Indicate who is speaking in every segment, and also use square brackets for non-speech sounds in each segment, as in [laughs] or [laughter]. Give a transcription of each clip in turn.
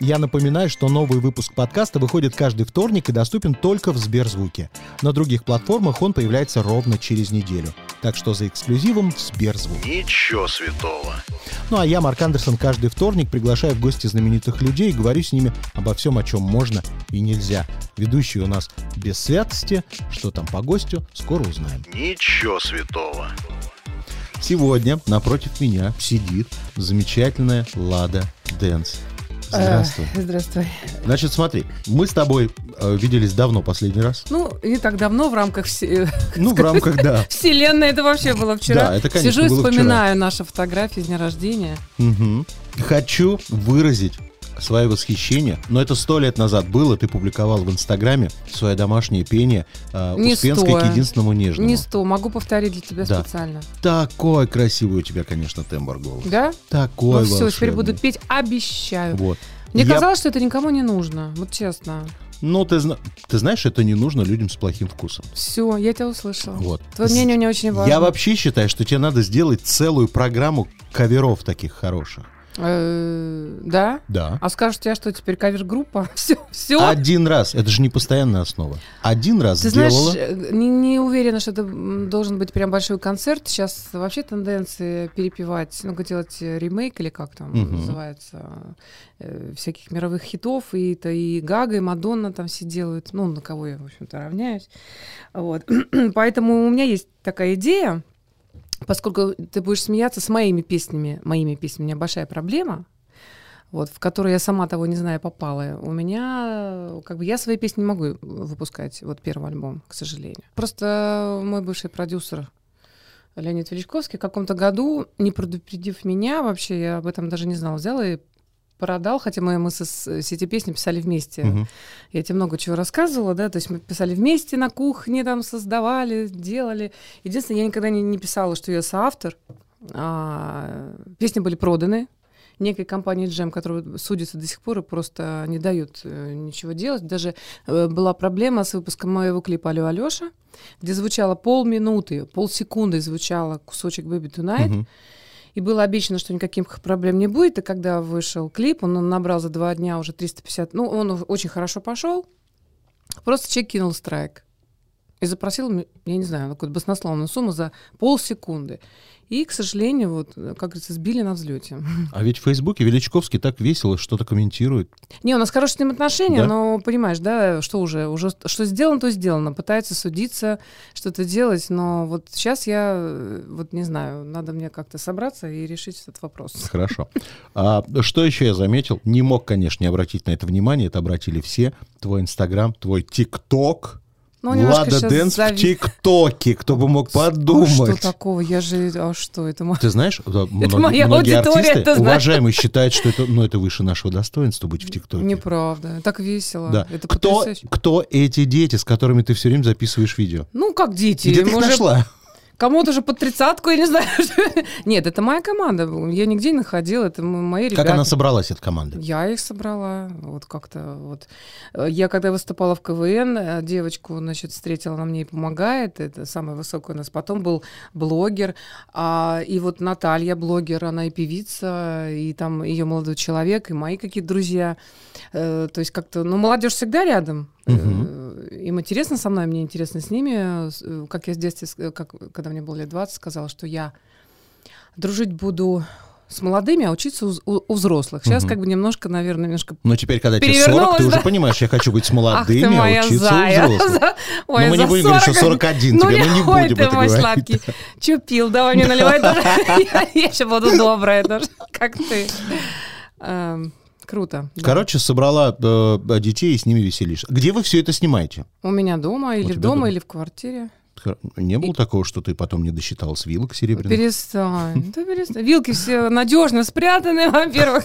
Speaker 1: Я напоминаю, что новый выпуск подкаста выходит каждый вторник и доступен только в Сберзвуке. На других платформах он появляется ровно через неделю. Так что за эксклюзивом в Сберзвук.
Speaker 2: Ничего святого.
Speaker 1: Ну а я, Марк Андерсон, каждый вторник приглашаю в гости знаменитых людей и говорю с ними обо всем, о чем можно и нельзя. Ведущий у нас без святости. Что там по гостю, скоро узнаем.
Speaker 2: Ничего святого.
Speaker 1: Сегодня напротив меня сидит замечательная Лада Дэнс. Здравствуй.
Speaker 3: Э, Здравствуй.
Speaker 1: Значит, смотри, мы с тобой э, виделись давно последний раз.
Speaker 3: Ну, не так давно в рамках все-
Speaker 1: Ну, в рамках, да.
Speaker 3: [laughs] вселенной это вообще было вчера.
Speaker 1: Да, это, конечно,
Speaker 3: Сижу и
Speaker 1: было вчера.
Speaker 3: вспоминаю наши фотографии с дня рождения.
Speaker 1: Мгм. Хочу выразить свое восхищение, но это сто лет назад было, ты публиковал в Инстаграме свое домашнее пение э,
Speaker 3: Не
Speaker 1: Успенской
Speaker 3: стоя.
Speaker 1: к единственному нежному.
Speaker 3: Не сто, могу повторить для тебя
Speaker 1: Да.
Speaker 3: специально.
Speaker 1: Такой красивый у тебя, конечно, тембр голоса.
Speaker 3: Да?
Speaker 1: Такой
Speaker 3: ну все, теперь
Speaker 1: волшебный.
Speaker 3: буду петь, обещаю.
Speaker 1: Вот.
Speaker 3: Мне
Speaker 1: Я-
Speaker 3: казалось, что это никому не нужно. Вот честно.
Speaker 1: Ну, ты, зна- ты знаешь, это не нужно людям с плохим вкусом.
Speaker 3: Все, я тебя услышала.
Speaker 1: Вот.
Speaker 3: Твое мнение мне очень важно.
Speaker 1: Я вообще считаю, что тебе надо сделать целую программу каверов таких хороших.
Speaker 3: Э, Да?
Speaker 1: Да.
Speaker 3: А скажешь тебе, что теперь кавер-группа? [laughs] Все, все.
Speaker 1: Один раз. Это же не постоянная основа. Один раз
Speaker 3: Ты
Speaker 1: сделала.
Speaker 3: знаешь, э, не, не уверена, что это м, должен быть прям большой концерт. Сейчас вообще тенденции перепевать, ну-ка делать э, ремейк или как там
Speaker 1: Мгм.
Speaker 3: называется, э, всяких мировых хитов. И это и Гага, и Мадонна там все делают. Ну, на кого я, в общем-то, равняюсь. Вот. [clears throat] Поэтому у меня есть такая идея. Поскольку ты будешь смеяться с моими песнями, моими песнями, у меня большая проблема, вот, в которые я сама того не знаю попала. У меня, э, как бы, я свои песни не могу выпускать, вот первый альбом, к сожалению. Просто мой бывший продюсер Леонид Величковский в каком-то году, не предупредив меня вообще, я об этом даже не знала, взял и продал, хотя мы, мы со- с- все эти песни писали вместе.
Speaker 1: Мгм.
Speaker 3: Я тебе много чего рассказывала, да, то есть мы писали вместе на кухне, там создавали, делали. Единственное, я никогда не, не писала, что я соавтор. А, песни были проданы некой компании «Джем», которая судится до сих пор и просто не дают э, ничего делать. Даже э, была проблема с выпуском моего клипа «Алло, Алёша», где звучало полминуты, полсекунды звучало кусочек «Baby Tonight»,
Speaker 1: Мгм.
Speaker 3: и было обещано, что никаких проблем не будет. И когда вышел клип, он набрал за два дня уже 350. Ну, он уж очень хорошо пошел. Просто человек кинул страйк. И запросил, м- я не знаю, какую-то баснословную сумму за полсекунды. И, к сожалению, вот, э, как говорится, сбили на взлете. [laughs]
Speaker 1: А ведь в Фейсбуке Величковский так весело что-то комментирует.
Speaker 3: Не, у нас хорошие с ним отношения,
Speaker 1: Да?
Speaker 3: но понимаешь, да, что уже, уже ст- что сделано, то сделано. Пытается судиться, что-то делать, но вот сейчас я, э, вот не знаю, надо мне как-то собраться и решить этот вопрос.
Speaker 1: Хорошо. А, что еще я заметил? Не мог, конечно, не обратить на это внимание. Это обратили все. Твой Инстаграм, твой ТикТок.
Speaker 3: Ну, немножко
Speaker 1: Лада
Speaker 3: щас
Speaker 1: Дэнс в
Speaker 3: зави-
Speaker 1: ТикТоке. Кто бы мог
Speaker 3: Что
Speaker 1: подумать.
Speaker 3: такого? Я же... А что это? мо-
Speaker 1: Ты знаешь, да, многие,
Speaker 3: моя
Speaker 1: многие
Speaker 3: аудитория,
Speaker 1: артисты,
Speaker 3: ты знаешь.
Speaker 1: уважаемые, считают, что это, ну, это выше нашего достоинства быть в ТикТоке.
Speaker 3: Неправда. Так весело.
Speaker 1: Да.
Speaker 3: Это
Speaker 1: кто,
Speaker 3: потрясающе.
Speaker 1: кто эти дети, с которыми ты все время записываешь видео?
Speaker 3: Ну, как дети.
Speaker 1: Где ты их
Speaker 3: мы уже-
Speaker 1: нашла?
Speaker 3: Кому-то уже под тридцатку, я не знаю. [laughs] что- Нет, это моя команда. Я нигде не находила. Это м- мои ребята.
Speaker 1: Как она собралась, эта команда?
Speaker 3: Я их собрала, вот как-то вот. Э, Я когда выступала в КВН, э, девочку, значит, встретила, она мне и помогает, это самая высокая у нас. Потом был блогер, а, и вот Наталья блогер, она и певица, и там ее молодой человек, и мои какие-то друзья. Э, То есть как-то, ну, молодежь всегда рядом.
Speaker 1: Мгм.
Speaker 3: Э, Им интересно со мной, мне интересно с ними. С- э, Как я с детства, ск- э, как, когда мне было лет 20, сказала, что я дружить буду с молодыми, а учиться у, у- у взрослых. Сейчас
Speaker 1: Мгм.
Speaker 3: как бы немножко, наверное, немножко...
Speaker 1: Но теперь, когда тебе 40,
Speaker 3: Перевернулась,
Speaker 1: ты уже
Speaker 3: да?
Speaker 1: понимаешь, я хочу быть с
Speaker 3: [laughs] Ах ты
Speaker 1: молодыми, а
Speaker 3: моя
Speaker 1: учиться
Speaker 3: [laughs] зая!
Speaker 1: у взрослых.
Speaker 3: За-
Speaker 1: Но Ну, мы
Speaker 3: [laughs] Ой,
Speaker 1: не
Speaker 3: за
Speaker 1: будем говорить, что
Speaker 3: 40
Speaker 1: 41 тебе, ну не
Speaker 3: ой,
Speaker 1: будем
Speaker 3: ты
Speaker 1: это
Speaker 3: мой
Speaker 1: говорить. [laughs]
Speaker 3: сладкий. Че пил, давай мне наливай тоже. [laughs] Я- Я еще буду добрая тоже, [laughs] как ты. Эм, Круто. да.
Speaker 1: Короче, собрала э, детей и с ними веселишь. Где вы все это снимаете?
Speaker 3: У меня дома, или
Speaker 1: тебя
Speaker 3: дома,
Speaker 1: дома?
Speaker 3: или в квартире.
Speaker 1: Хор- Не было такого, что ты потом не досчитал с вилок серебряных? [laughs]
Speaker 3: Перестань. Да перестань. Вилки все надежно спрятаны, [laughs] во-первых.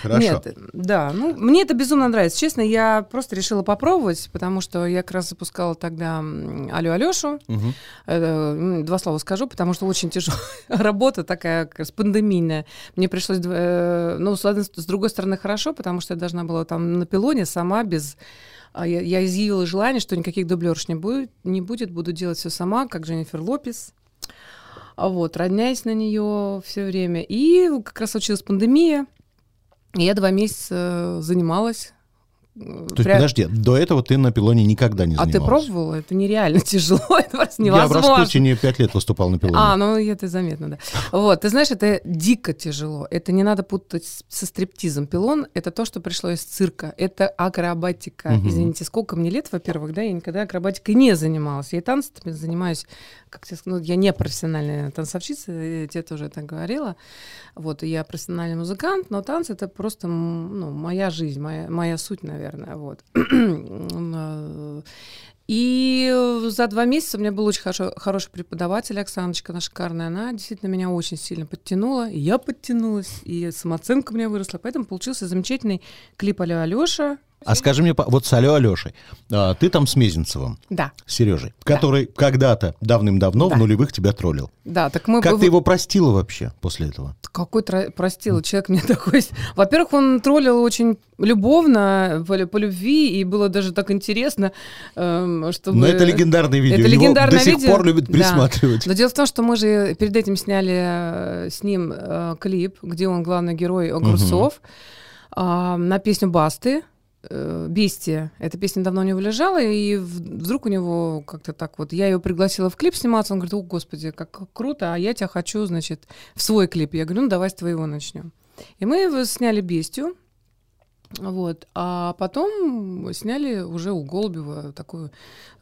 Speaker 1: Хорошо.
Speaker 3: Нет, да, ну, мне это безумно нравится. Честно, я просто решила попробовать, потому что я как раз запускала тогда м, «Алло, Алёшу».
Speaker 1: Мгм.
Speaker 3: Э, м, Два слова скажу, потому что очень тяжелая [laughs] работа такая, как раз пандемийная. Мне пришлось, дв- э, ну, с одной- с другой стороны, хорошо, потому что я должна была там на пилоне сама без А Я, я изъявила желание, что никаких дублерш не будет, не будет, буду делать все сама, как Дженнифер Лопес. А Вот, родняясь на нее все время. И как раз случилась пандемия. И я два месяца занималась.
Speaker 1: То есть, подожди, до этого ты на пилоне никогда не
Speaker 3: а
Speaker 1: занималась.
Speaker 3: ты пробовала? Это нереально [laughs] тяжело, это просто
Speaker 1: Я в
Speaker 3: невозможно.
Speaker 1: Распутине пять лет выступал на пилоне.
Speaker 3: А, ну это заметно, да. Вот, ты знаешь, это дико тяжело. Это не надо путать с- со стриптизом. Пилон — это то, что пришло из цирка. Это акробатика.
Speaker 1: Мгм.
Speaker 3: Извините, сколько мне лет, во-первых, да, я никогда акробатикой не занималась. Я и танцами занимаюсь, как тебе сказать, ну, я не профессиональная танцовщица, я тебе тоже это говорила. Вот, и я профессиональный музыкант, но танцы — это просто, м, ну, моя жизнь, моя, моя суть, наверное, вот. [clears throat] М, э, И за два месяца у меня был очень хорошо- хороший преподаватель, Оксаночка, она шикарная, она действительно меня очень сильно подтянула, и я подтянулась, и самооценка у меня выросла, поэтому получился замечательный клип «Алло, Алёша».
Speaker 1: А скажи мне, по- вот с Алё Алешей, а, ты там с Мезенцевым,
Speaker 3: Да,
Speaker 1: Сережей, который когда-то давным-давно
Speaker 3: Да.
Speaker 1: в нулевых тебя троллил.
Speaker 3: да, так мы...
Speaker 1: Как
Speaker 3: бы-
Speaker 1: ты его простила вообще после этого?
Speaker 3: Какой, тро- простил, человек мне [laughs] такой... Во-первых, он троллил очень любовно, по, по любви, и было даже так интересно, эм, чтобы...
Speaker 1: Но Ну, это легендарное видео,
Speaker 3: это
Speaker 1: его
Speaker 3: легендарное
Speaker 1: до сих
Speaker 3: видео,
Speaker 1: пор любят
Speaker 3: да.
Speaker 1: присматривать.
Speaker 3: Но дело в том, что мы же перед этим сняли э, с ним э, клип, где он главный герой Огурцов, а, на песню Басты. э, Бестия. Эта песня давно у него лежала, и в- вдруг у него как-то так вот... Я его пригласила в клип сниматься, он говорит, о, господи, как круто, а я тебя хочу, значит, в свой клип. Я говорю, ну, давай с твоего начнем. И мы его сняли «Бестию», вот, а потом сняли уже у Голубева такую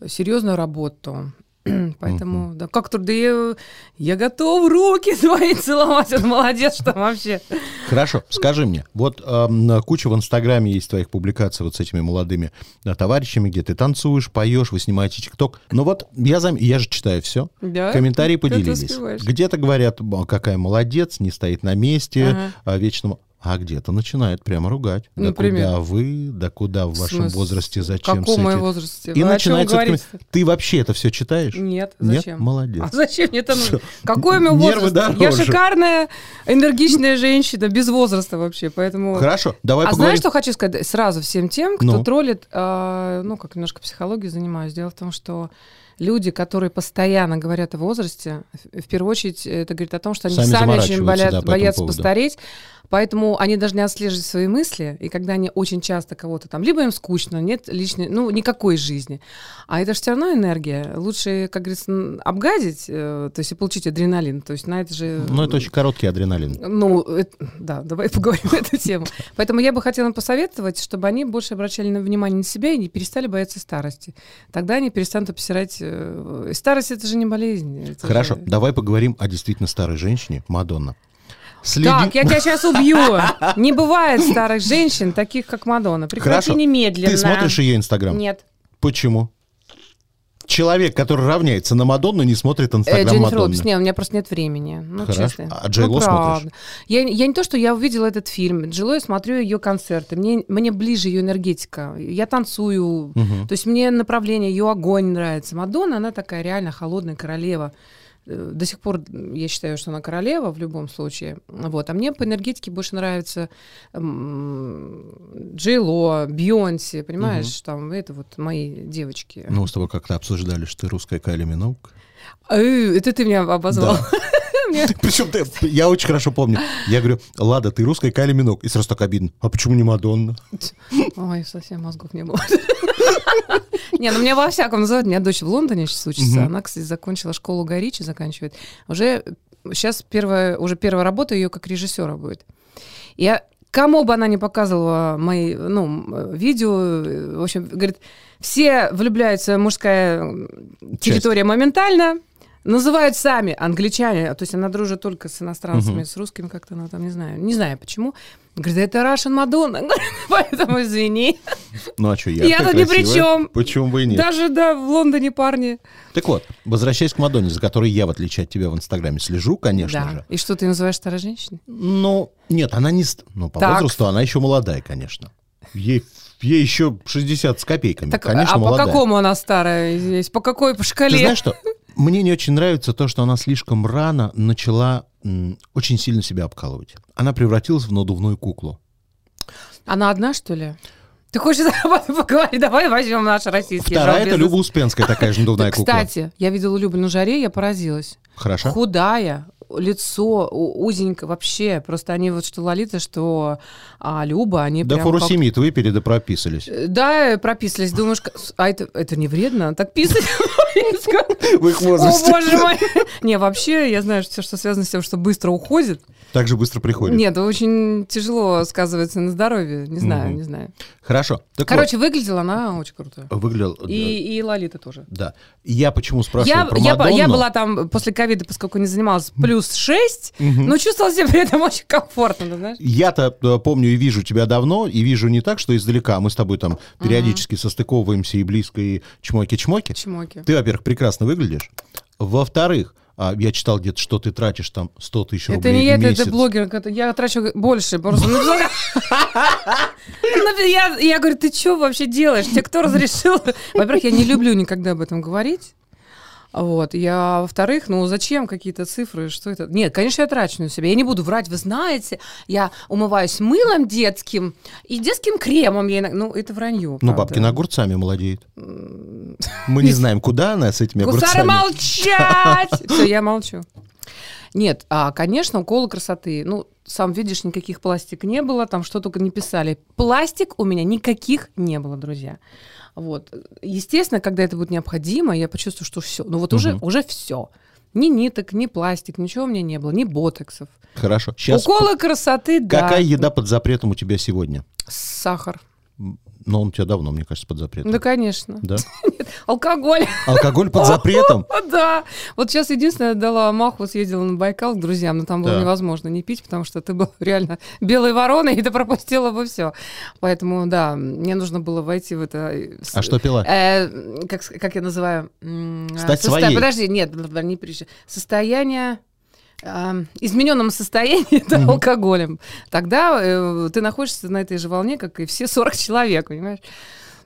Speaker 3: серьезную работу. [clears throat] Поэтому, да, как труд, да я, я готов руки [laughs] твои целовать, он молодец, что вообще.
Speaker 1: Хорошо, скажи мне, вот эм, куча в Инстаграме есть твоих публикаций вот с этими молодыми э, товарищами, где ты танцуешь, поешь, вы снимаете ТикТок. Но вот я, зам... я же читаю все,
Speaker 3: Да?
Speaker 1: комментарии
Speaker 3: Ты это
Speaker 1: поделились.
Speaker 3: успеваешь.
Speaker 1: Где-то говорят, «Ба, какая молодец, не стоит на месте,
Speaker 3: Ага.
Speaker 1: а, вечному... А где-то начинает прямо ругать. Да
Speaker 3: Например?
Speaker 1: куда вы, да куда в
Speaker 3: В
Speaker 1: вашем
Speaker 3: смысле?
Speaker 1: возрасте,
Speaker 3: В
Speaker 1: зачем с
Speaker 3: каком моем
Speaker 1: этим?»
Speaker 3: возрасте?
Speaker 1: И
Speaker 3: Вы о чем
Speaker 1: начинается... вот
Speaker 3: говорите?
Speaker 1: коммен- Ты вообще это все читаешь?
Speaker 3: Нет,
Speaker 1: Нет?
Speaker 3: зачем?
Speaker 1: Молодец.
Speaker 3: А зачем мне это нужно? Какой у меня
Speaker 1: Нервы
Speaker 3: возраст? Я
Speaker 1: дороже.
Speaker 3: шикарная, энергичная женщина, без возраста вообще, поэтому...
Speaker 1: Хорошо, давай
Speaker 3: а
Speaker 1: поговорим.
Speaker 3: знаешь, что хочу сказать сразу всем тем, кто
Speaker 1: Ну.
Speaker 3: троллит, а, ну, как немножко психологию занимаюсь. Дело в том, что люди, которые постоянно говорят о возрасте, в в первую очередь это говорит о том, что они
Speaker 1: Сами
Speaker 3: сами, очень
Speaker 1: заморачиваются, да, по
Speaker 3: болят-
Speaker 1: этому
Speaker 3: боятся
Speaker 1: поводу.
Speaker 3: постареть, поэтому они должны отслеживать свои мысли, и когда они очень часто кого-то там, либо им скучно, нет личной, ну, никакой жизни, а это же все равно энергия. Лучше, как говорится, н- обгадить, э, то есть и получить адреналин, то есть на это же...
Speaker 1: Ну, это очень короткий адреналин.
Speaker 3: Ну, это- да, давай [laughs] поговорим на эту тему. Поэтому я бы хотела посоветовать, чтобы они больше обращали на внимание на себя и не перестали бояться старости. Тогда они перестанут обсирать... э, Старость — это же не болезнь. это
Speaker 1: Хорошо,
Speaker 3: же-
Speaker 1: давай поговорим о действительно старой женщине, Мадонна. Следи-
Speaker 3: Так, я тебя сейчас убью. Не бывает старых женщин, таких как Мадонна. Прекрати
Speaker 1: Хорошо. [laughs]
Speaker 3: немедленно.
Speaker 1: Ты смотришь ее инстаграм?
Speaker 3: Нет.
Speaker 1: Почему? Человек, который равняется на Мадонну, не смотрит
Speaker 3: Э,
Speaker 1: инстаграм
Speaker 3: Дженнифер
Speaker 1: Мадонны.
Speaker 3: Лопес, нет, у меня просто нет времени. Ну,
Speaker 1: Хорошо.
Speaker 3: честно.
Speaker 1: А Джей
Speaker 3: Ну,
Speaker 1: Ло
Speaker 3: правда.
Speaker 1: смотришь?
Speaker 3: Я, я не то, что я увидела этот фильм. Джило, я смотрю ее концерты. Мне, мне ближе ее энергетика. Я танцую.
Speaker 1: Мгм.
Speaker 3: То есть мне направление ее огонь нравится. Мадонна, она такая реально холодная королева. Э, До сих пор я считаю, что она королева в любом случае. Вот. А мне по энергетике больше нравится м, Джей Ло, Бьонси, понимаешь, там это вот мои девочки.
Speaker 1: Ну, с тобой как-то обсуждали, что ты русская Кайли Миноуг.
Speaker 3: Э, это ты меня обозвал. [laughs] Мне-
Speaker 1: Причем ты, я очень хорошо помню. Я говорю, Лада, ты русская Кайли Миноуг. И сразу так обидно. А почему не Мадонна?
Speaker 3: Ой, совсем мозгов не было. [laughs] Не, ну меня во всяком называют. У меня дочь в Лондоне сейчас учится.
Speaker 1: Мгм.
Speaker 3: Она, кстати, закончила школу Горичи, заканчивает. Уже сейчас первая, уже первая работа ее как режиссера будет. Я кому бы она не показывала мои, ну, м, видео, э, в общем, говорит, все влюбляются, мужская м, территория моментально, называют сами англичане, а то есть она дружит только с иностранцами,
Speaker 1: Мгм.
Speaker 3: с русскими как-то она там, не знаю, не знаю почему. Говорит, это Russian Madonna, [laughs] поэтому извини.
Speaker 1: Ну, а что, я
Speaker 3: Я тут ни при чем.
Speaker 1: Почему бы и нет?
Speaker 3: Даже, да, в Лондоне парни.
Speaker 1: Так вот, возвращаясь к Мадонне, за которой я, в отличие от тебя, в Инстаграме слежу, конечно
Speaker 3: Да.
Speaker 1: же.
Speaker 3: И что, ты называешь старой женщиной?
Speaker 1: Ну, нет, она не... ст- Ну, по
Speaker 3: Так.
Speaker 1: возрасту она еще молодая, конечно. Ей, ей еще 60 с копейками.
Speaker 3: Так,
Speaker 1: Ну, конечно,
Speaker 3: а
Speaker 1: молодая.
Speaker 3: по какому она старая здесь? По какой по
Speaker 1: Ты
Speaker 3: шкале?
Speaker 1: знаешь что? Мне не очень нравится то, что она слишком рано начала м, очень сильно себя обкалывать. Она превратилась в надувную куклу.
Speaker 3: Она одна, что ли? Ты хочешь об этом [laughs] поговорить? Давай возьмем наш российский
Speaker 1: Вторая
Speaker 3: жал
Speaker 1: это
Speaker 3: бизнес.
Speaker 1: Люба Успенская, такая же
Speaker 3: [laughs]
Speaker 1: надувная кукла.
Speaker 3: Кстати, я видела Любу на жаре, я поразилась.
Speaker 1: Хороша?
Speaker 3: Худая, лицо у- узенькое вообще. Просто они вот что Лолита, что а, Люба, они
Speaker 1: Да
Speaker 3: прям
Speaker 1: фору
Speaker 3: как-
Speaker 1: семит выпили, да прописались.
Speaker 3: Э, Да, прописались. Думаешь, к- с- а это, это не вредно? Так писать. [laughs]
Speaker 1: В их
Speaker 3: [laughs] О,
Speaker 1: возрасте.
Speaker 3: боже мой. Не, вообще, я знаю, что все, что связано с тем, что быстро уходит.
Speaker 1: Так же быстро приходит.
Speaker 3: Нет, очень тяжело сказывается на здоровье. Не знаю,
Speaker 1: Мгм.
Speaker 3: не знаю.
Speaker 1: Хорошо. Так
Speaker 3: Короче, выглядела она очень круто.
Speaker 1: вот, выглядел... э,
Speaker 3: И, и Лолита тоже.
Speaker 1: Да. Я почему спрашиваю
Speaker 3: Я,
Speaker 1: про
Speaker 3: я, б- я
Speaker 1: Мадонну?
Speaker 3: была там после ковида, поскольку не занималась, плюс 6,
Speaker 1: Мгм.
Speaker 3: но чувствовала себя при этом очень комфортно, ты знаешь?
Speaker 1: Я-то э, помню и вижу тебя давно, и вижу не так, что издалека. Мы с тобой там периодически состыковываемся и близко, и чмоки-чмоки.
Speaker 3: Чмоки.
Speaker 1: Ты, во-первых, прекрасно выглядишь. Во-вторых, а, я читал где-то, что ты тратишь там 100 тысяч
Speaker 3: Это
Speaker 1: рублей
Speaker 3: не
Speaker 1: в
Speaker 3: я, это,
Speaker 1: месяц.
Speaker 3: это блогер. это Я трачу больше. Просто Ну, ну, я, я говорю, ты что вообще делаешь? Тебе кто разрешил? Во-первых, я не люблю никогда об этом говорить. Вот, я, во-вторых, ну зачем какие-то цифры, что это? Нет, конечно, я трачу на себя, я не буду врать, вы знаете, я умываюсь мылом детским и детским кремом, я иногда- ну это вранье.
Speaker 1: Ну,
Speaker 3: правда.
Speaker 1: бабкина огурцами молодеет. Мы не знаем, куда она с этими
Speaker 3: Гусары
Speaker 1: огурцами. [laughs]
Speaker 3: молчать! Все, я молчу. Нет, а, конечно, уколы красоты. Ну, сам видишь, никаких пластик не было, там что только не писали. Пластик у меня никаких не было, друзья. Вот. Естественно, когда это будет необходимо, я почувствую, что все. Ну вот уже,
Speaker 1: Мгм.
Speaker 3: уже все. Ни ниток, ни пластик, ничего у меня не было, ни ботоксов.
Speaker 1: Хорошо. Сейчас.
Speaker 3: Уколы красоты, да.
Speaker 1: Какая еда под запретом у тебя сегодня?
Speaker 3: Сахар.
Speaker 1: Но он у тебя давно, мне кажется, под запретом.
Speaker 3: Да, конечно.
Speaker 1: Да.
Speaker 3: Алкоголь.
Speaker 1: Алкоголь под
Speaker 3: [laughs]
Speaker 1: запретом?
Speaker 3: А, Да. Вот сейчас единственное, дала маху, съездила на Байкал к друзьям, но там было
Speaker 1: Да.
Speaker 3: невозможно не пить, потому что ты был [laughs] реально белой вороной, и ты пропустила бы все. Поэтому, да, мне нужно было войти в это... э, с-
Speaker 1: А что пила?
Speaker 3: э, как, с- как я называю? М, э,
Speaker 1: Стать своей.
Speaker 3: Подожди, нет, бл- бл- не прежде. Состояние э, измененном состоянии [laughs] да,
Speaker 1: Мгм.
Speaker 3: алкоголем. Тогда э, ты находишься на этой же волне, как и все 40 человек, понимаешь?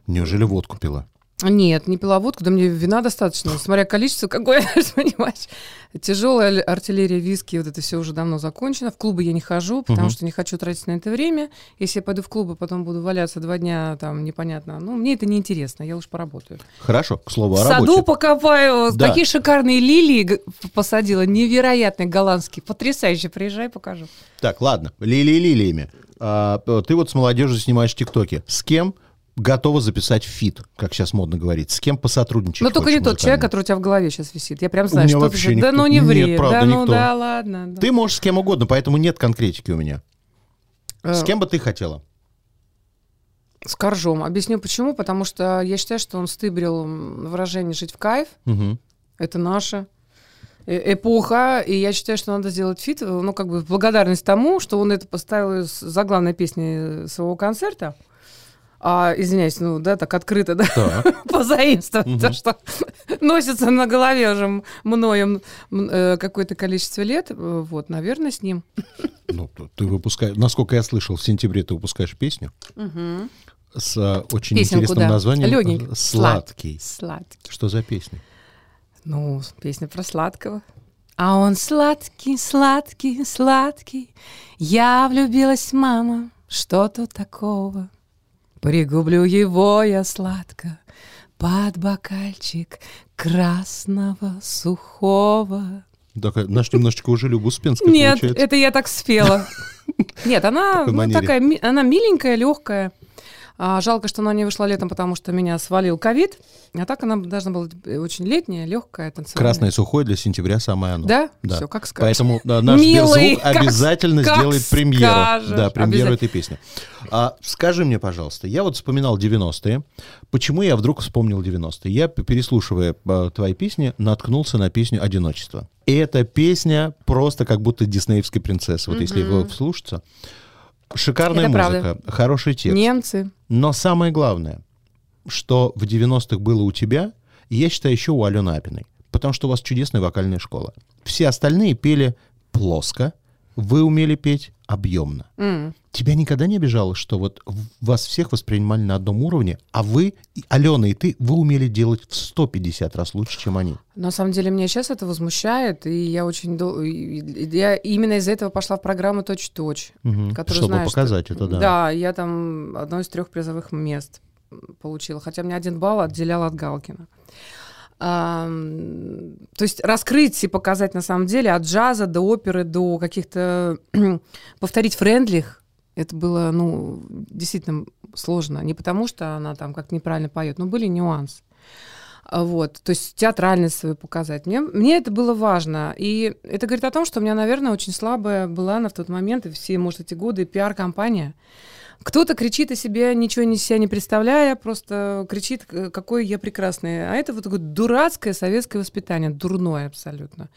Speaker 1: Неужели водку пила?
Speaker 3: Нет, не пила водку, да мне вина достаточно. Смотря количество, какое, [laughs] понимаешь. Тяжелая артиллерия виски, вот это все уже давно закончено. В клубы я не хожу, потому
Speaker 1: Мгм.
Speaker 3: что не хочу тратить на это время. Если я пойду в клубы, потом буду валяться два дня, там, непонятно. Ну, мне это неинтересно, я лучше поработаю.
Speaker 1: Хорошо, к слову
Speaker 3: в
Speaker 1: о
Speaker 3: саду
Speaker 1: работе.
Speaker 3: покопаю,
Speaker 1: Да.
Speaker 3: такие шикарные лилии г- посадила, невероятные голландские, потрясающе. Приезжай, покажу.
Speaker 1: Так, ладно, лилии лилиями. А, э, ты вот с молодежью снимаешь тиктоки. С кем готова записать фит, как сейчас модно говорить? С кем посотрудничать?
Speaker 3: Но только
Speaker 1: хочешь
Speaker 3: не тот человек,
Speaker 1: музыкально?
Speaker 3: который у тебя в голове сейчас висит. Я прям
Speaker 1: У
Speaker 3: знаю,
Speaker 1: меня
Speaker 3: что ты
Speaker 1: вообще
Speaker 3: за- Да
Speaker 1: никто-
Speaker 3: ну не
Speaker 1: Нет,
Speaker 3: ври,
Speaker 1: правда,
Speaker 3: да ну
Speaker 1: никто.
Speaker 3: да, ладно. да.
Speaker 1: Ты можешь с кем угодно, поэтому нет конкретики у меня. С
Speaker 3: Э,
Speaker 1: кем бы ты хотела?
Speaker 3: С коржом. Объясню почему. Потому что я считаю, что он стыбрил м, выражение «жить в кайф».
Speaker 1: Мгм.
Speaker 3: Это наша э, эпоха. И я считаю, что надо сделать фит, э, ну, как бы в благодарность тому, что он это поставил с- за главной песни своего концерта. А, извиняюсь, ну, да, так открыто, [laughs] да,
Speaker 1: Так.
Speaker 3: позаимствовать то,
Speaker 1: Мгм.
Speaker 3: что носится на голове уже м- мною м, э, какое-то количество лет. Э, Вот, наверное, с ним.
Speaker 1: Ну, т- ты выпускаешь, насколько я слышал, в сентябре ты выпускаешь песню с э, очень
Speaker 3: Песенку,
Speaker 1: интересным
Speaker 3: да.
Speaker 1: названием.
Speaker 3: Лёгенький.
Speaker 1: э, Сладкий.
Speaker 3: Сладкий.
Speaker 1: Что за песня?
Speaker 3: Ну, песня про сладкого. А он сладкий, сладкий, сладкий. Я влюбилась, мама, что тут такого? Пригублю его я сладко под бокальчик красного сухого.
Speaker 1: Так, э, наш немножечко уже Люба Успенская
Speaker 3: Нет,
Speaker 1: получается.
Speaker 3: это я
Speaker 1: [laughs]
Speaker 3: так спела. Нет, она
Speaker 1: такой
Speaker 3: ну,
Speaker 1: манере.
Speaker 3: такая, ми- она миленькая, легкая. А, жалко, что она не вышла летом, потому что меня свалил ковид. А так она должна была быть э, очень летняя, легкая, танцевальная.
Speaker 1: Красное сухое для сентября самое оно.
Speaker 3: Да?
Speaker 1: Ну, Да.
Speaker 3: Все, как скажешь.
Speaker 1: Поэтому да, наш
Speaker 3: Милый,
Speaker 1: Сберзвук
Speaker 3: как-
Speaker 1: обязательно
Speaker 3: как
Speaker 1: сделает премьеру.
Speaker 3: скажешь.
Speaker 1: Да, премьеру
Speaker 3: Обязательно.
Speaker 1: этой песни. А, скажи мне, пожалуйста, я вот вспоминал 90-е. Почему я вдруг вспомнил 90-е? Я, п- переслушивая э, твои песни, наткнулся на песню «Одиночество». И эта песня просто как будто диснеевской принцессы. Вот если его вслушаться. Шикарная
Speaker 3: Это правда.
Speaker 1: музыка, хороший текст.
Speaker 3: Немцы.
Speaker 1: Но самое главное, что в 90-х было у тебя, и я считаю, еще у Алены Апиной. Потому что у вас чудесная вокальная школа. Все остальные пели плоско, Вы умели петь объемно.
Speaker 3: М.
Speaker 1: Тебя никогда не обижало, что вот в- вас всех воспринимали на одном уровне, а вы, и Алена и ты, вы умели делать в 150 раз лучше, чем они.
Speaker 3: На самом деле меня сейчас это возмущает, и я очень дол- и- и- я именно из-за этого пошла в программу точь-в-точь.
Speaker 1: Мгм.
Speaker 3: Который,
Speaker 1: Чтобы
Speaker 3: знаешь,
Speaker 1: показать это, да.
Speaker 3: Да, я там одно из трех призовых мест получила, хотя мне один балл отделял от Галкина. Ам, то есть раскрыть и показать на самом деле от джаза до оперы, до каких-то [clears throat] повторить френдлих, это было, ну, действительно сложно. Не потому, что она там как-то неправильно поет, но были нюансы. А Вот, то есть театральность свою показать. Мне, мне это было важно. И это говорит о том, что у меня, наверное, очень слабая была на в тот момент, и все, может, эти годы, пиар-компания. Кто-то кричит о себе, ничего не себя не представляя, просто кричит, к- какой я прекрасный. А это вот такое дурацкое советское воспитание, дурное абсолютно.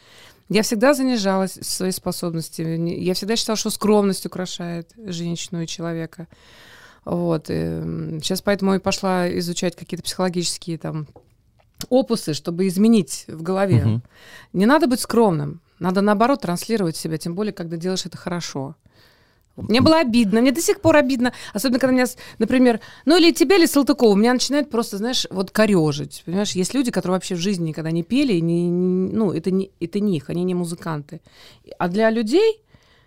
Speaker 3: Я всегда занижалась своей способности. Не- Я всегда считала, что скромность украшает женщину и человека. Вот. э, Сейчас поэтому и пошла изучать какие-то психологические там опусы, чтобы изменить в голове.
Speaker 1: Мгм.
Speaker 3: Не надо быть скромным. Надо, наоборот, транслировать себя, тем более, когда делаешь это хорошо. Мне было обидно, мне до сих пор обидно, особенно когда меня, с- например, ну или тебя, или Салтыкова, меня начинает просто, знаешь, вот корежить, понимаешь, есть люди, которые вообще в жизни никогда не пели, и не, не- ну это не, это не их, они не музыканты, а для людей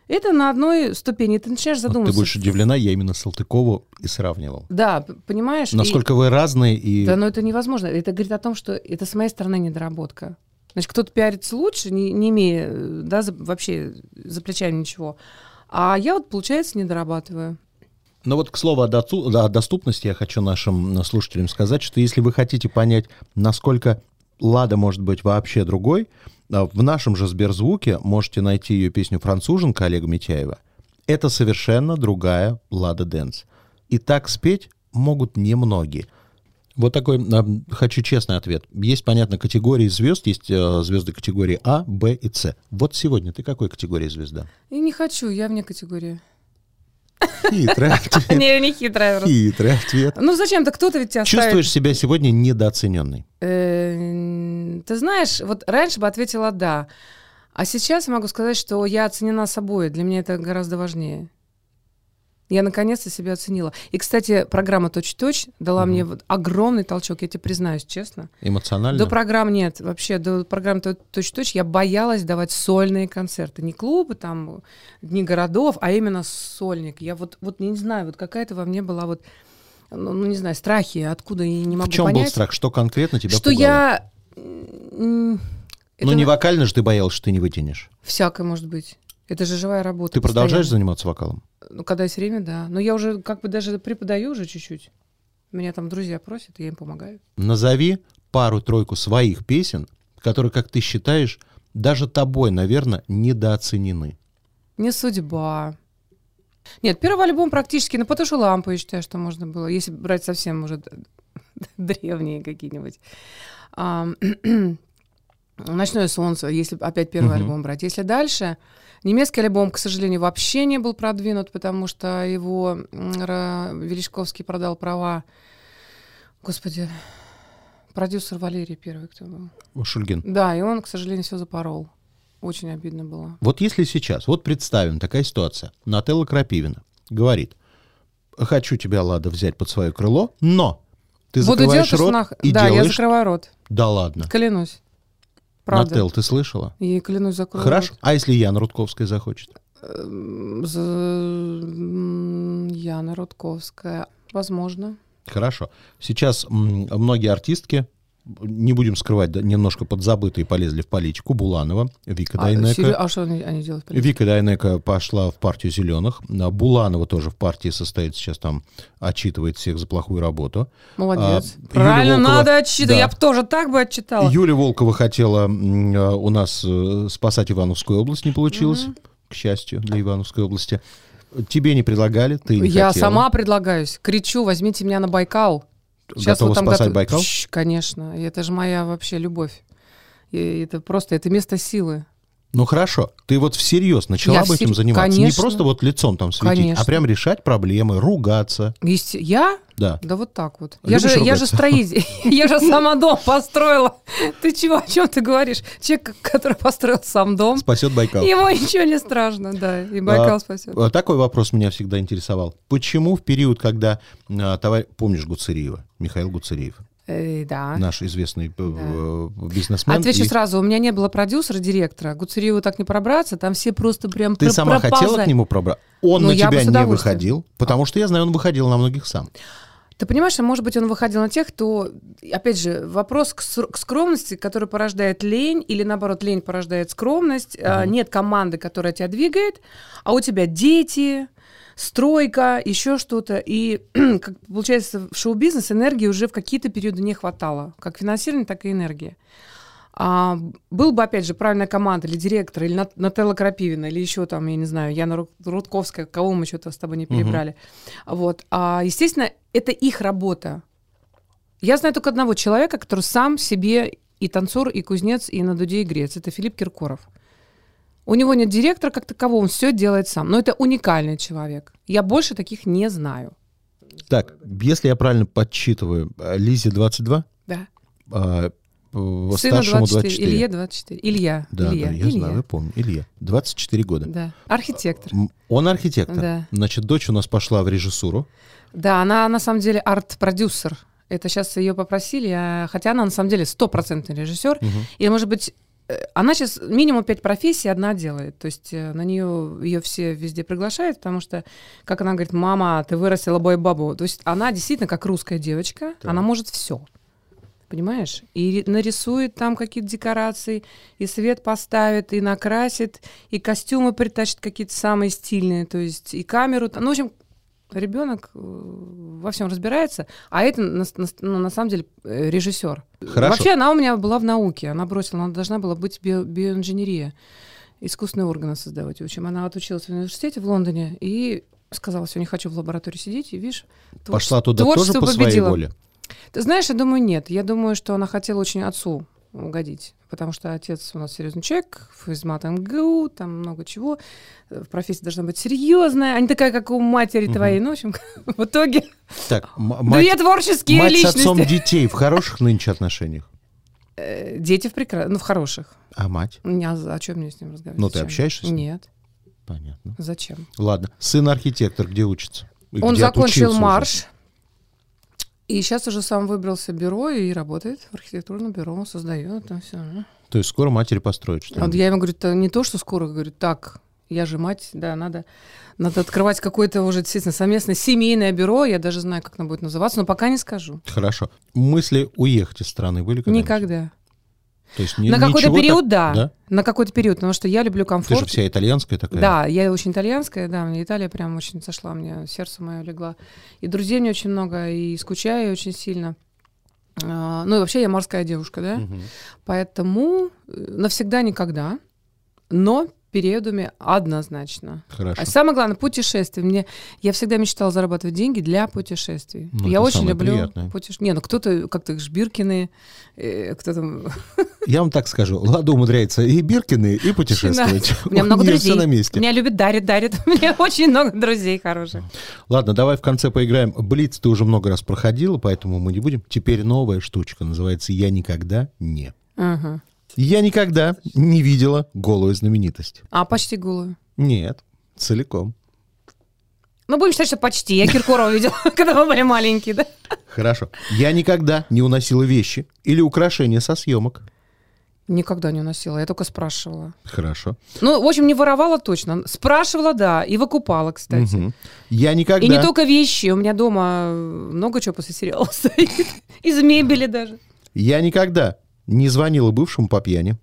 Speaker 3: это на одной ступени, ты начинаешь
Speaker 1: Вот
Speaker 3: задумываться.
Speaker 1: ты будешь удивлена, я именно Салтыкову и сравнивал.
Speaker 3: Да, п- понимаешь? и-
Speaker 1: Насколько вы разные и...
Speaker 3: Да, но это невозможно. Это говорит о том, что это с моей стороны недоработка. Значит, кто-то пиарится лучше, не, не имея э, да, за- вообще за плечами ничего. А я вот, получается, не дорабатываю.
Speaker 1: Но вот к слову о, доцу- да, о доступности я хочу нашим э, слушателям сказать, что если вы хотите понять, насколько Лада может быть вообще другой, а, в нашем же Сберзвуке можете найти ее песню «Француженка» Олега Митяева. Это совершенно другая Лада Дэнс. И так спеть могут немногие. Вот такой ам, хочу честный ответ. Есть, понятно, категории звезд, есть э, звезды категории А, Б и С. Вот сегодня ты какой категории звезда?
Speaker 3: И не хочу, я вне
Speaker 1: [laughs]
Speaker 3: категории.
Speaker 1: Хитрый ответ.
Speaker 3: Не, не хитрая. просто.
Speaker 1: Хитрый ответ.
Speaker 3: Ну зачем-то кто-то ведь тебя ставит.
Speaker 1: Чувствуешь себя сегодня недооцененной.
Speaker 3: Э, Ты знаешь, вот раньше бы ответила «да», а сейчас я могу сказать, что я оценена собой. Для меня это гораздо важнее. Я наконец-то себя оценила. И, кстати, программа «Точь-точь» дала мне вот огромный толчок, я тебе признаюсь честно.
Speaker 1: Эмоционально.
Speaker 3: До программ нет. Вообще, до программ «То- «Точь-точь» я боялась давать сольные концерты. Не клубы, там, дни городов, а именно сольник. Я вот, вот не знаю, вот какая-то во мне была вот, ну, ну, не знаю, страхи, откуда я не могу
Speaker 1: В чем был
Speaker 3: понять
Speaker 1: страх? Что конкретно тебя
Speaker 3: что
Speaker 1: пугало?
Speaker 3: я... м,
Speaker 1: Ну,
Speaker 3: это
Speaker 1: не
Speaker 3: на-
Speaker 1: вокально же ты боялся, что ты не вытянешь.
Speaker 3: Всякое может быть. Это же живая работа.
Speaker 1: Ты продолжаешь
Speaker 3: постоянно.
Speaker 1: заниматься вокалом?
Speaker 3: Ну, когда есть время, да. Но я уже как бы даже преподаю уже чуть-чуть. Меня там друзья просят, и я им помогаю.
Speaker 1: Назови пару-тройку своих песен, которые, как ты считаешь, даже тобой, наверное, недооценены.
Speaker 3: Не судьба. Нет, первый альбом практически, ну, «Потушу лампу», я считаю, что можно было, если брать совсем уже д- д- древние какие-нибудь. А, [clears throat] «Ночное солнце», если опять первый
Speaker 1: Мгм.
Speaker 3: альбом брать. Если дальше, немецкий альбом, к сожалению, вообще не был продвинут, потому что его м, Ра- Величковский продал права. Господи, продюсер Валерий первый, кто был.
Speaker 1: Шульгин.
Speaker 3: Да, и он, к сожалению, все запорол. Очень обидно было.
Speaker 1: Вот если сейчас, вот представим, такая ситуация. Нателла Крапивина говорит, хочу тебя, Лада, взять под свое крыло, но ты
Speaker 3: Буду
Speaker 1: закрываешь
Speaker 3: делать
Speaker 1: рот
Speaker 3: нах-
Speaker 1: и
Speaker 3: Да, я
Speaker 1: делаешь...
Speaker 3: закрываю рот.
Speaker 1: Да ладно.
Speaker 3: Клянусь. Правда.
Speaker 1: Нателл, ты слышала?
Speaker 3: И клянусь, закрою
Speaker 1: Хорошо.
Speaker 3: рот.
Speaker 1: А если Яна Рудковская захочет?
Speaker 3: Эм, за- м, Яна Рудковская. Возможно.
Speaker 1: Хорошо. Сейчас м, многие артистки, не будем скрывать, да, немножко подзабытые полезли в политику. Буланова, Вика
Speaker 3: а, серьё-
Speaker 1: Дайнека.
Speaker 3: а что они, они делают? блин?
Speaker 1: Вика Дайнека пошла в партию зеленых. А Буланова тоже в партии состоит сейчас там, отчитывает всех за плохую работу.
Speaker 3: Молодец.
Speaker 1: а, Юлия
Speaker 3: Правильно,
Speaker 1: Волкова-
Speaker 3: надо отчитывать.
Speaker 1: да.
Speaker 3: Я бы тоже так бы отчитала.
Speaker 1: Юля Волкова хотела м, э, у нас э, спасать Ивановскую область, не получилось, к счастью, для Ивановской области. Тебе не предлагали, ты не
Speaker 3: Я
Speaker 1: хотела.
Speaker 3: сама предлагаюсь. Кричу, возьмите меня на Байкал.
Speaker 1: Готова
Speaker 3: вот
Speaker 1: спасать
Speaker 3: готов-
Speaker 1: Байкал?
Speaker 3: Пш, конечно. И Это же моя вообще любовь. И это просто, это место силы.
Speaker 1: Ну хорошо, ты вот всерьез начала
Speaker 3: Я
Speaker 1: бы этим
Speaker 3: всер-
Speaker 1: заниматься. Не
Speaker 3: конечно.
Speaker 1: просто вот лицом там светить, а
Speaker 3: Конечно.
Speaker 1: прям решать проблемы, ругаться.
Speaker 3: Есть- Я?
Speaker 1: Да.
Speaker 3: Да вот так вот. Я
Speaker 1: А Любишь
Speaker 3: же, я же
Speaker 1: ругаться?
Speaker 3: строитель. [laughs] Я же сама дом построила. Ты чего, о чем ты говоришь? Человек, который построил сам дом,
Speaker 1: Спасет Байкал.
Speaker 3: ему ничего не страшно, да. И Байкал спасет.
Speaker 1: А, Такой вопрос меня всегда интересовал. Почему в период, когда а, товар... помнишь Гуцериева, Михаил Гуцериев,
Speaker 3: Э, да.
Speaker 1: наш известный э, э, бизнесмен,
Speaker 3: Отвечу
Speaker 1: и
Speaker 3: сразу, у меня не было продюсера, директора. Гуцериеву так не пробраться, там все просто прям
Speaker 1: ты
Speaker 3: пр-
Speaker 1: сама хотела
Speaker 3: проползали.
Speaker 1: к нему пробраться? Он
Speaker 3: Ну,
Speaker 1: на
Speaker 3: я бы
Speaker 1: тебя
Speaker 3: с
Speaker 1: не
Speaker 3: удовольствием.
Speaker 1: выходил, потому что я знаю, он выходил на многих сам.
Speaker 3: Ты понимаешь, что, может быть, он выходил на тех, кто... Опять же, вопрос к, ср- к скромности, который порождает лень, или наоборот, лень порождает скромность. А, Нет команды, которая тебя двигает, а у тебя дети, стройка, еще что-то. И, [clears throat] как получается, в шоу-бизнес энергии уже в какие-то периоды не хватало. Как финансирования, так и энергии. А, был бы, опять же, правильная команда или директор, или Нат- Нателла Крапивина, или еще там, я не знаю, Яна Ру- Рудковская, кого мы что-то с тобой не перебрали. Вот. А, естественно, это их работа. Я знаю только одного человека, который сам себе и танцор, и кузнец, и на дуде и грец. Это Филипп Киркоров. У него нет директора как такового, он все делает сам. Но это уникальный человек. Я больше таких не знаю.
Speaker 1: Так, если я правильно подсчитываю, э, Лизе 22,
Speaker 3: Да.
Speaker 1: а, э,
Speaker 3: Сыну
Speaker 1: старшему
Speaker 3: 24,
Speaker 1: 24.
Speaker 3: Илье 24. Илья.
Speaker 1: Да,
Speaker 3: Илья.
Speaker 1: да, я
Speaker 3: Илья.
Speaker 1: знаю, А, я помню. Илья, 24 года.
Speaker 3: Да. Архитектор.
Speaker 1: М, Он архитектор.
Speaker 3: Да.
Speaker 1: Значит, дочь у нас пошла в режиссуру.
Speaker 3: Да, она на самом деле арт-продюсер. Это сейчас ее попросили, а- хотя она на самом деле стопроцентный режиссер. И, может быть, э, она сейчас минимум пять профессий одна делает. То есть э, на нее ее все везде приглашают, потому что, как она говорит, мама, ты вырастила бой-бабу. То есть она действительно как русская девочка, она может все. Понимаешь? И ри- нарисует там какие-то декорации, и свет поставит, и накрасит, и костюмы притащит какие-то самые стильные, то есть и камеру. там. Ну, в общем, ребенок э, во всем разбирается, а это на, с- на с- ну, на самом деле э, режиссер.
Speaker 1: Хорошо.
Speaker 3: Вообще она у меня была в науке, она бросила, она должна была быть био- биоинженерия, искусственные органы создавать. В общем, она отучилась в университете в Лондоне и сказала, все, не хочу в лаборатории сидеть, и видишь, творче-
Speaker 1: Пошла туда тоже
Speaker 3: творчество
Speaker 1: по своей
Speaker 3: победило.
Speaker 1: воле.
Speaker 3: Ты знаешь, я думаю, нет. Я думаю, что она хотела очень отцу угодить. Потому что отец у нас серьезный человек, физмат МГУ, там много чего. Э, Профессия должна быть серьезная, а не такая, как у матери твоей. Ну, в общем, [laughs] в итоге
Speaker 1: Так, м-
Speaker 3: две
Speaker 1: мать,
Speaker 3: творческие
Speaker 1: мать с
Speaker 3: личности.
Speaker 1: отцом детей в хороших нынче отношениях.
Speaker 3: Э, Дети в прекрасных, ну, в хороших.
Speaker 1: А мать?
Speaker 3: У меня за- о чем мне с ним разговаривать?
Speaker 1: Ну, ты
Speaker 3: Зачем?
Speaker 1: общаешься с ним?
Speaker 3: Нет.
Speaker 1: Понятно.
Speaker 3: Зачем?
Speaker 1: Ладно. Сын архитектор, где учится? И
Speaker 3: Он
Speaker 1: где отучился
Speaker 3: закончил
Speaker 1: уже?
Speaker 3: марш. И сейчас уже сам выбрался бюро и работает в архитектурном бюро, он создает там все.
Speaker 1: То есть скоро матери построят
Speaker 3: А вот
Speaker 1: что-нибудь.
Speaker 3: я ему говорю, «Та не то, что скоро, говорю, так, я же мать, да, надо, надо открывать какое-то уже действительно совместное семейное бюро, я даже знаю, как оно будет называться, но пока не скажу.
Speaker 1: Хорошо. Мысли уехать из страны были когда
Speaker 3: Никогда.
Speaker 1: То есть ни-
Speaker 3: на какой-то
Speaker 1: ничего так-
Speaker 3: период, да.
Speaker 1: да?
Speaker 3: На какой-то период, потому что я люблю
Speaker 1: Ты
Speaker 3: комфорт.
Speaker 1: же вся итальянская такая.
Speaker 3: Да, я очень итальянская, да, мне Италия прям очень сошла, мне сердце мое легла. И друзей мне очень много, и скучаю очень сильно. А, Ну и вообще я морская девушка, да?
Speaker 1: Мгм.
Speaker 3: Поэтому э, навсегда никогда, но периодами однозначно.
Speaker 1: Хорошо.
Speaker 3: А самое главное, путешествия. Мне, я всегда мечтала зарабатывать деньги для путешествий.
Speaker 1: Ну,
Speaker 3: я
Speaker 1: это
Speaker 3: очень
Speaker 1: самое
Speaker 3: люблю
Speaker 1: приятное.
Speaker 3: путешествия. Не, ну кто-то, как-то Жбиркины, э, кто-то...
Speaker 1: Я вам так скажу. Лада умудряется и Биркины, и путешествовать.
Speaker 3: [laughs] У меня много
Speaker 1: нее
Speaker 3: друзей.
Speaker 1: всё на месте.
Speaker 3: Меня любит, дарит, дарит. [laughs] У меня очень много друзей хороших.
Speaker 1: Ладно, давай в конце поиграем. Блиц ты уже много раз проходила, поэтому мы не будем. Теперь новая штучка. Называется «Я никогда не».
Speaker 3: Ага.
Speaker 1: Я никогда не видела голую знаменитость.
Speaker 3: А, почти голую.
Speaker 1: Нет, целиком.
Speaker 3: Ну, будем считать, что почти. Я Киркорова [laughs] видела, когда мы были маленькие, да?
Speaker 1: Хорошо. Я никогда не уносила вещи или украшения со съемок.
Speaker 3: Никогда не уносила, я только спрашивала.
Speaker 1: Хорошо.
Speaker 3: Ну, в общем, не воровала точно. Спрашивала, да, и выкупала, кстати.
Speaker 1: Мгм. Я никогда...
Speaker 3: И не только вещи. У меня дома э, много чего после сериала [laughs] стоит. Из мебели даже.
Speaker 1: Я никогда не звонила бывшему по пьяни.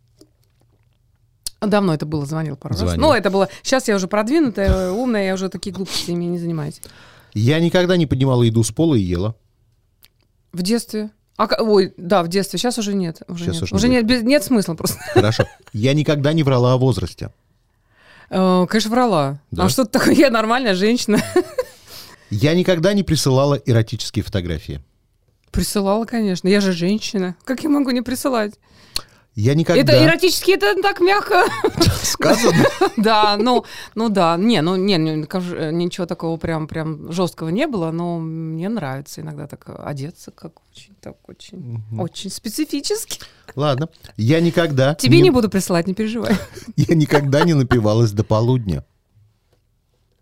Speaker 3: А Давно это было, звонил пару раз.
Speaker 1: Звонил.
Speaker 3: Ну, это было... Сейчас я уже продвинутая, умная, я уже такие глупостями не занимаюсь.
Speaker 1: Я никогда не поднимала еду с пола и ела.
Speaker 3: В детстве. А, ка- ой, да, в детстве. Сейчас уже нет. Уже
Speaker 1: Щас
Speaker 3: нет.
Speaker 1: уже не
Speaker 3: Уже нет, без- нет смысла просто.
Speaker 1: Хорошо. Я никогда не врала о возрасте.
Speaker 3: Э, Конечно, врала.
Speaker 1: Да?
Speaker 3: А что-то такое, я нормальная женщина.
Speaker 1: Я никогда не присылала эротические фотографии.
Speaker 3: Присылала, конечно. Я же женщина. Как я могу не присылать?
Speaker 1: Я никогда...
Speaker 3: Это эротически, это так мягко. [laughs]
Speaker 1: [laughs] Сказано?
Speaker 3: Да, ну, ну да, не, ну не, не, кож- э, ничего такого прям прям жесткого не было, но мне нравится иногда так одеться, как очень так очень,
Speaker 1: Мгм.
Speaker 3: очень специфически.
Speaker 1: Ладно. Я никогда...
Speaker 3: Тебе не буду присылать,
Speaker 1: [laughs]
Speaker 3: не переживай.
Speaker 1: Я никогда не напивалась до полудня.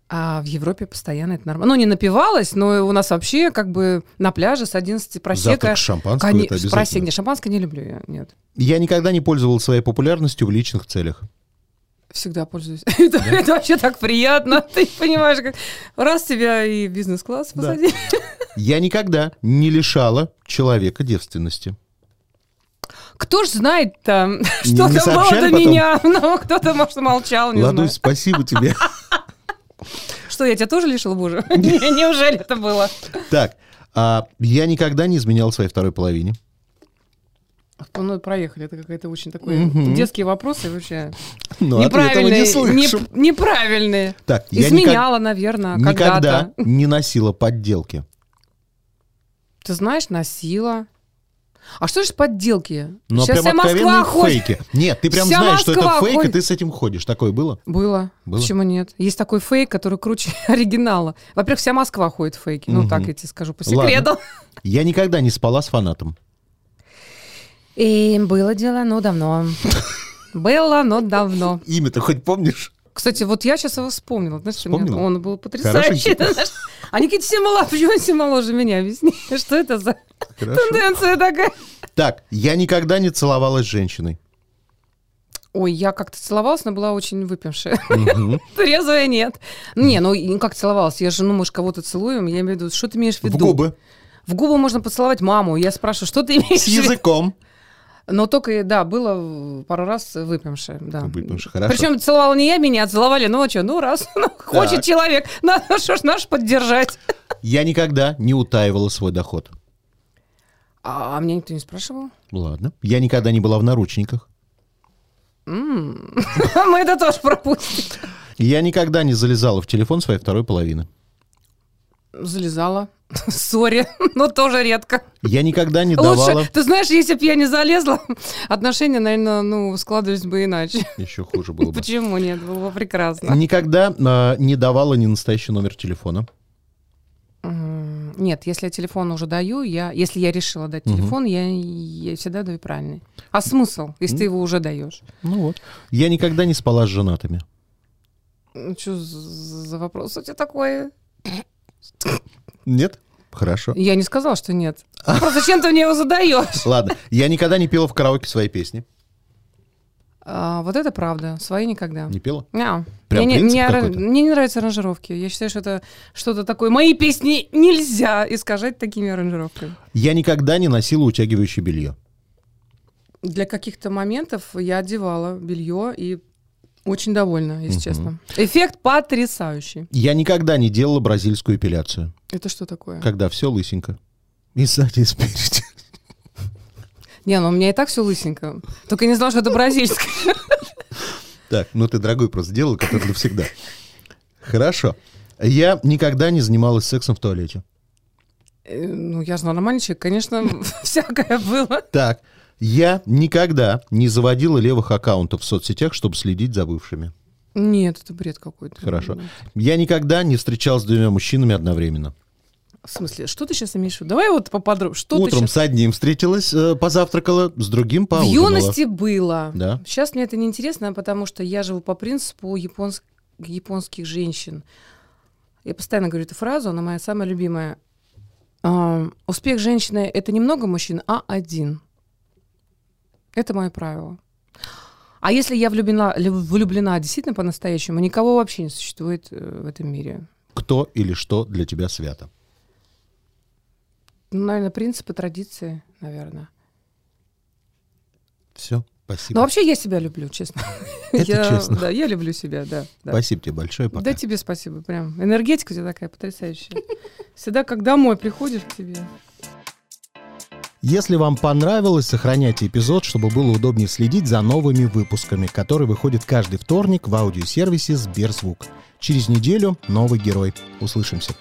Speaker 3: А в Европе постоянно это нормально. Ну, не напивалась, но у нас вообще как бы на пляже с 11 просека.
Speaker 1: Завтрак с шампанского это
Speaker 3: Коне-
Speaker 1: обязательно.
Speaker 3: просек- не, шампанское не люблю я, нет.
Speaker 1: Я никогда не пользовался своей популярностью в личных целях.
Speaker 3: Всегда пользуюсь. [laughs] Это, это вообще так приятно. [laughs] Ты понимаешь, как раз тебя и в бизнес-класс
Speaker 1: Да.
Speaker 3: посадили. [laughs]
Speaker 1: Я никогда не лишала человека девственности.
Speaker 3: Кто ж знает-то,
Speaker 1: Не-
Speaker 3: что
Speaker 1: не
Speaker 3: там [laughs] было
Speaker 1: сообщали
Speaker 3: до
Speaker 1: потом?
Speaker 3: меня? [laughs] Ну, кто-то, может, молчал, не знаю.
Speaker 1: Ладусь, спасибо
Speaker 3: [laughs]
Speaker 1: тебе.
Speaker 3: Что, я тебя тоже лишила, боже?
Speaker 1: [laughs]
Speaker 3: [laughs] Не, Неужели это было?
Speaker 1: Так, а, я никогда не изменял своей второй половине.
Speaker 3: Ну, проехали. Это какие-то очень такой
Speaker 1: Мгм.
Speaker 3: детские вопросы вообще.
Speaker 1: Но ответа мы
Speaker 3: Неправильные.
Speaker 1: не слышим.
Speaker 3: неп- Неправильные.
Speaker 1: Так, я нико-
Speaker 3: Изменяла, наверное,
Speaker 1: никогда
Speaker 3: А, когда-то.
Speaker 1: не носила подделки.
Speaker 3: Ты знаешь, носила. А что же подделки?
Speaker 1: Но
Speaker 3: Сейчас вся
Speaker 1: Ну, а прям
Speaker 3: Москва
Speaker 1: откровенные
Speaker 3: ходит.
Speaker 1: фейки. Нет, ты прям
Speaker 3: Вся
Speaker 1: знаешь, что это
Speaker 3: Москва
Speaker 1: фейк, и
Speaker 3: ходит.
Speaker 1: ты с этим ходишь. Такое было?
Speaker 3: Было.
Speaker 1: Было?
Speaker 3: Почему нет? Есть такой фейк, который круче [laughs] оригинала. Во-первых, вся Москва ходит в фейки. Ну,
Speaker 1: Мгм.
Speaker 3: так я тебе скажу по
Speaker 1: Ладно.
Speaker 3: секрету.
Speaker 1: Я никогда не спала с фанатом.
Speaker 3: И было дело,
Speaker 1: [laughs]
Speaker 3: но давно. Было, но давно.
Speaker 1: Имя-то хоть помнишь?
Speaker 3: Кстати, вот я сейчас его вспомнила. Знаешь, что
Speaker 1: Вспомнила?
Speaker 3: мне- он был потрясающий. [laughs]
Speaker 1: Хорошенький.
Speaker 3: Знаешь, А Никита Семалов, почему он все моложе меня? Объясни, [laughs] что это за
Speaker 1: А Хорошо.
Speaker 3: тенденция такая?
Speaker 1: Так, я никогда не целовалась с женщиной.
Speaker 3: Ой, я как-то целовалась, но была очень выпившая. [laughs]
Speaker 1: Мгм.
Speaker 3: Трезвая нет. Не, ну и как целовалась? Я же, ну, мы же кого-то целуем. Я имею в виду, что ты имеешь в виду?
Speaker 1: В
Speaker 3: [laughs]
Speaker 1: губы,
Speaker 3: В губы можно поцеловать маму. Я спрашиваю, что ты имеешь
Speaker 1: с
Speaker 3: в виду?
Speaker 1: языком.
Speaker 3: Но только, э, да, было пару раз выпивши, да.
Speaker 1: Выпивши, хорошо.
Speaker 3: Причем целовала не я, меня целовали, ну а что, ну раз, [laughs] ну, хочет человек, [laughs] надо, что ж, наш поддержать.
Speaker 1: Я никогда не утаивала свой доход.
Speaker 3: А, меня никто не спрашивал.
Speaker 1: Ладно. Я никогда не была в наручниках.
Speaker 3: М. [laughs] Мы это тоже пропустим.
Speaker 1: Я никогда не залезала в телефон своей второй половины.
Speaker 3: Залезала. [laughs] Сори, но тоже редко.
Speaker 1: Я никогда не давала...
Speaker 3: Лучше, ты знаешь, если бы я не залезла, [laughs] отношения, наверное, ну, складывались бы иначе. [laughs]
Speaker 1: Еще хуже было бы.
Speaker 3: Почему нет? Было бы прекрасно.
Speaker 1: Никогда а, не давала не настоящий номер телефона.
Speaker 3: М, Нет, если я телефон уже даю, я, если я решила дать
Speaker 1: Мгм.
Speaker 3: телефон, я, я всегда даю правильный. А смысл, если ты его уже даешь?
Speaker 1: Ну вот. Я никогда не спала с женатыми.
Speaker 3: Что за вопрос у тебя такой?
Speaker 1: Нет? Хорошо.
Speaker 3: Я не сказала, что нет. Ну, Просто зачем ты мне его задаешь?
Speaker 1: Ладно. Я никогда не пела в караоке свои песни.
Speaker 3: А, вот это правда, свои никогда.
Speaker 1: Не пела?
Speaker 3: Мяу.
Speaker 1: Прям
Speaker 3: мне, не-
Speaker 1: принцип
Speaker 3: мне ара-
Speaker 1: какой-то?
Speaker 3: мне не нравятся аранжировки. Я считаю, что это что-то такое. Мои песни нельзя искажать такими аранжировками.
Speaker 1: Я никогда не носила утягивающее белье.
Speaker 3: Для каких-то моментов я одевала белье и очень довольна, если
Speaker 1: Мгм.
Speaker 3: честно. Эффект потрясающий.
Speaker 1: Я никогда не делала бразильскую эпиляцию,
Speaker 3: Это что такое?
Speaker 1: когда все лысенько. И сзади, и спереди.
Speaker 3: Не, ну у меня и так все лысенько. Только я не знала, что это бразильское.
Speaker 1: Так, ну ты, дорогой, просто делал, как это навсегда. Хорошо. Я никогда не занималась сексом в туалете.
Speaker 3: Э, Ну, я же нормальный человек, конечно, [laughs] всякое было.
Speaker 1: Так. Я никогда не заводила левых аккаунтов в соцсетях, чтобы следить за бывшими.
Speaker 3: Нет, это бред какой-то.
Speaker 1: Хорошо. Я никогда не встречался с двумя мужчинами одновременно.
Speaker 3: В смысле, что ты сейчас имеешь в виду? Давай вот поподробнее. Что ты
Speaker 1: Утром
Speaker 3: щас-
Speaker 1: с одним встретилась, э, позавтракала, с другим
Speaker 3: В
Speaker 1: поужинала.
Speaker 3: юности было.
Speaker 1: Да.
Speaker 3: Сейчас мне это неинтересно, потому что я живу по принципу японск- японских женщин. Я постоянно говорю эту фразу, она моя самая любимая. Ам, Успех женщины — это не много мужчин, а один. Это мое правило. А если я влюблена, лю- влюблена действительно по-настоящему, никого вообще не существует э, в этом мире.
Speaker 1: Кто или что для тебя свято?
Speaker 3: Ну, наверное, принципы, традиции, наверное.
Speaker 1: Все,
Speaker 3: Но
Speaker 1: спасибо.
Speaker 3: Ну, вообще я себя люблю, честно.
Speaker 1: Это
Speaker 3: Я-
Speaker 1: честно.
Speaker 3: Да, я люблю себя, да. да.
Speaker 1: Спасибо тебе большое, пока.
Speaker 3: Да тебе спасибо, прям. Энергетика у тебя такая потрясающая. Всегда, как домой приходишь к тебе.
Speaker 1: Если вам понравилось, сохраняйте эпизод, чтобы было удобнее следить за новыми выпусками, которые выходят каждый вторник в аудиосервисе «Сберзвук». Через неделю новый герой. Услышимся.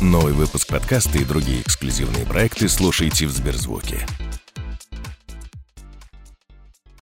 Speaker 4: Новый выпуск подкаста и другие эксклюзивные проекты слушайте в Сберзвуке.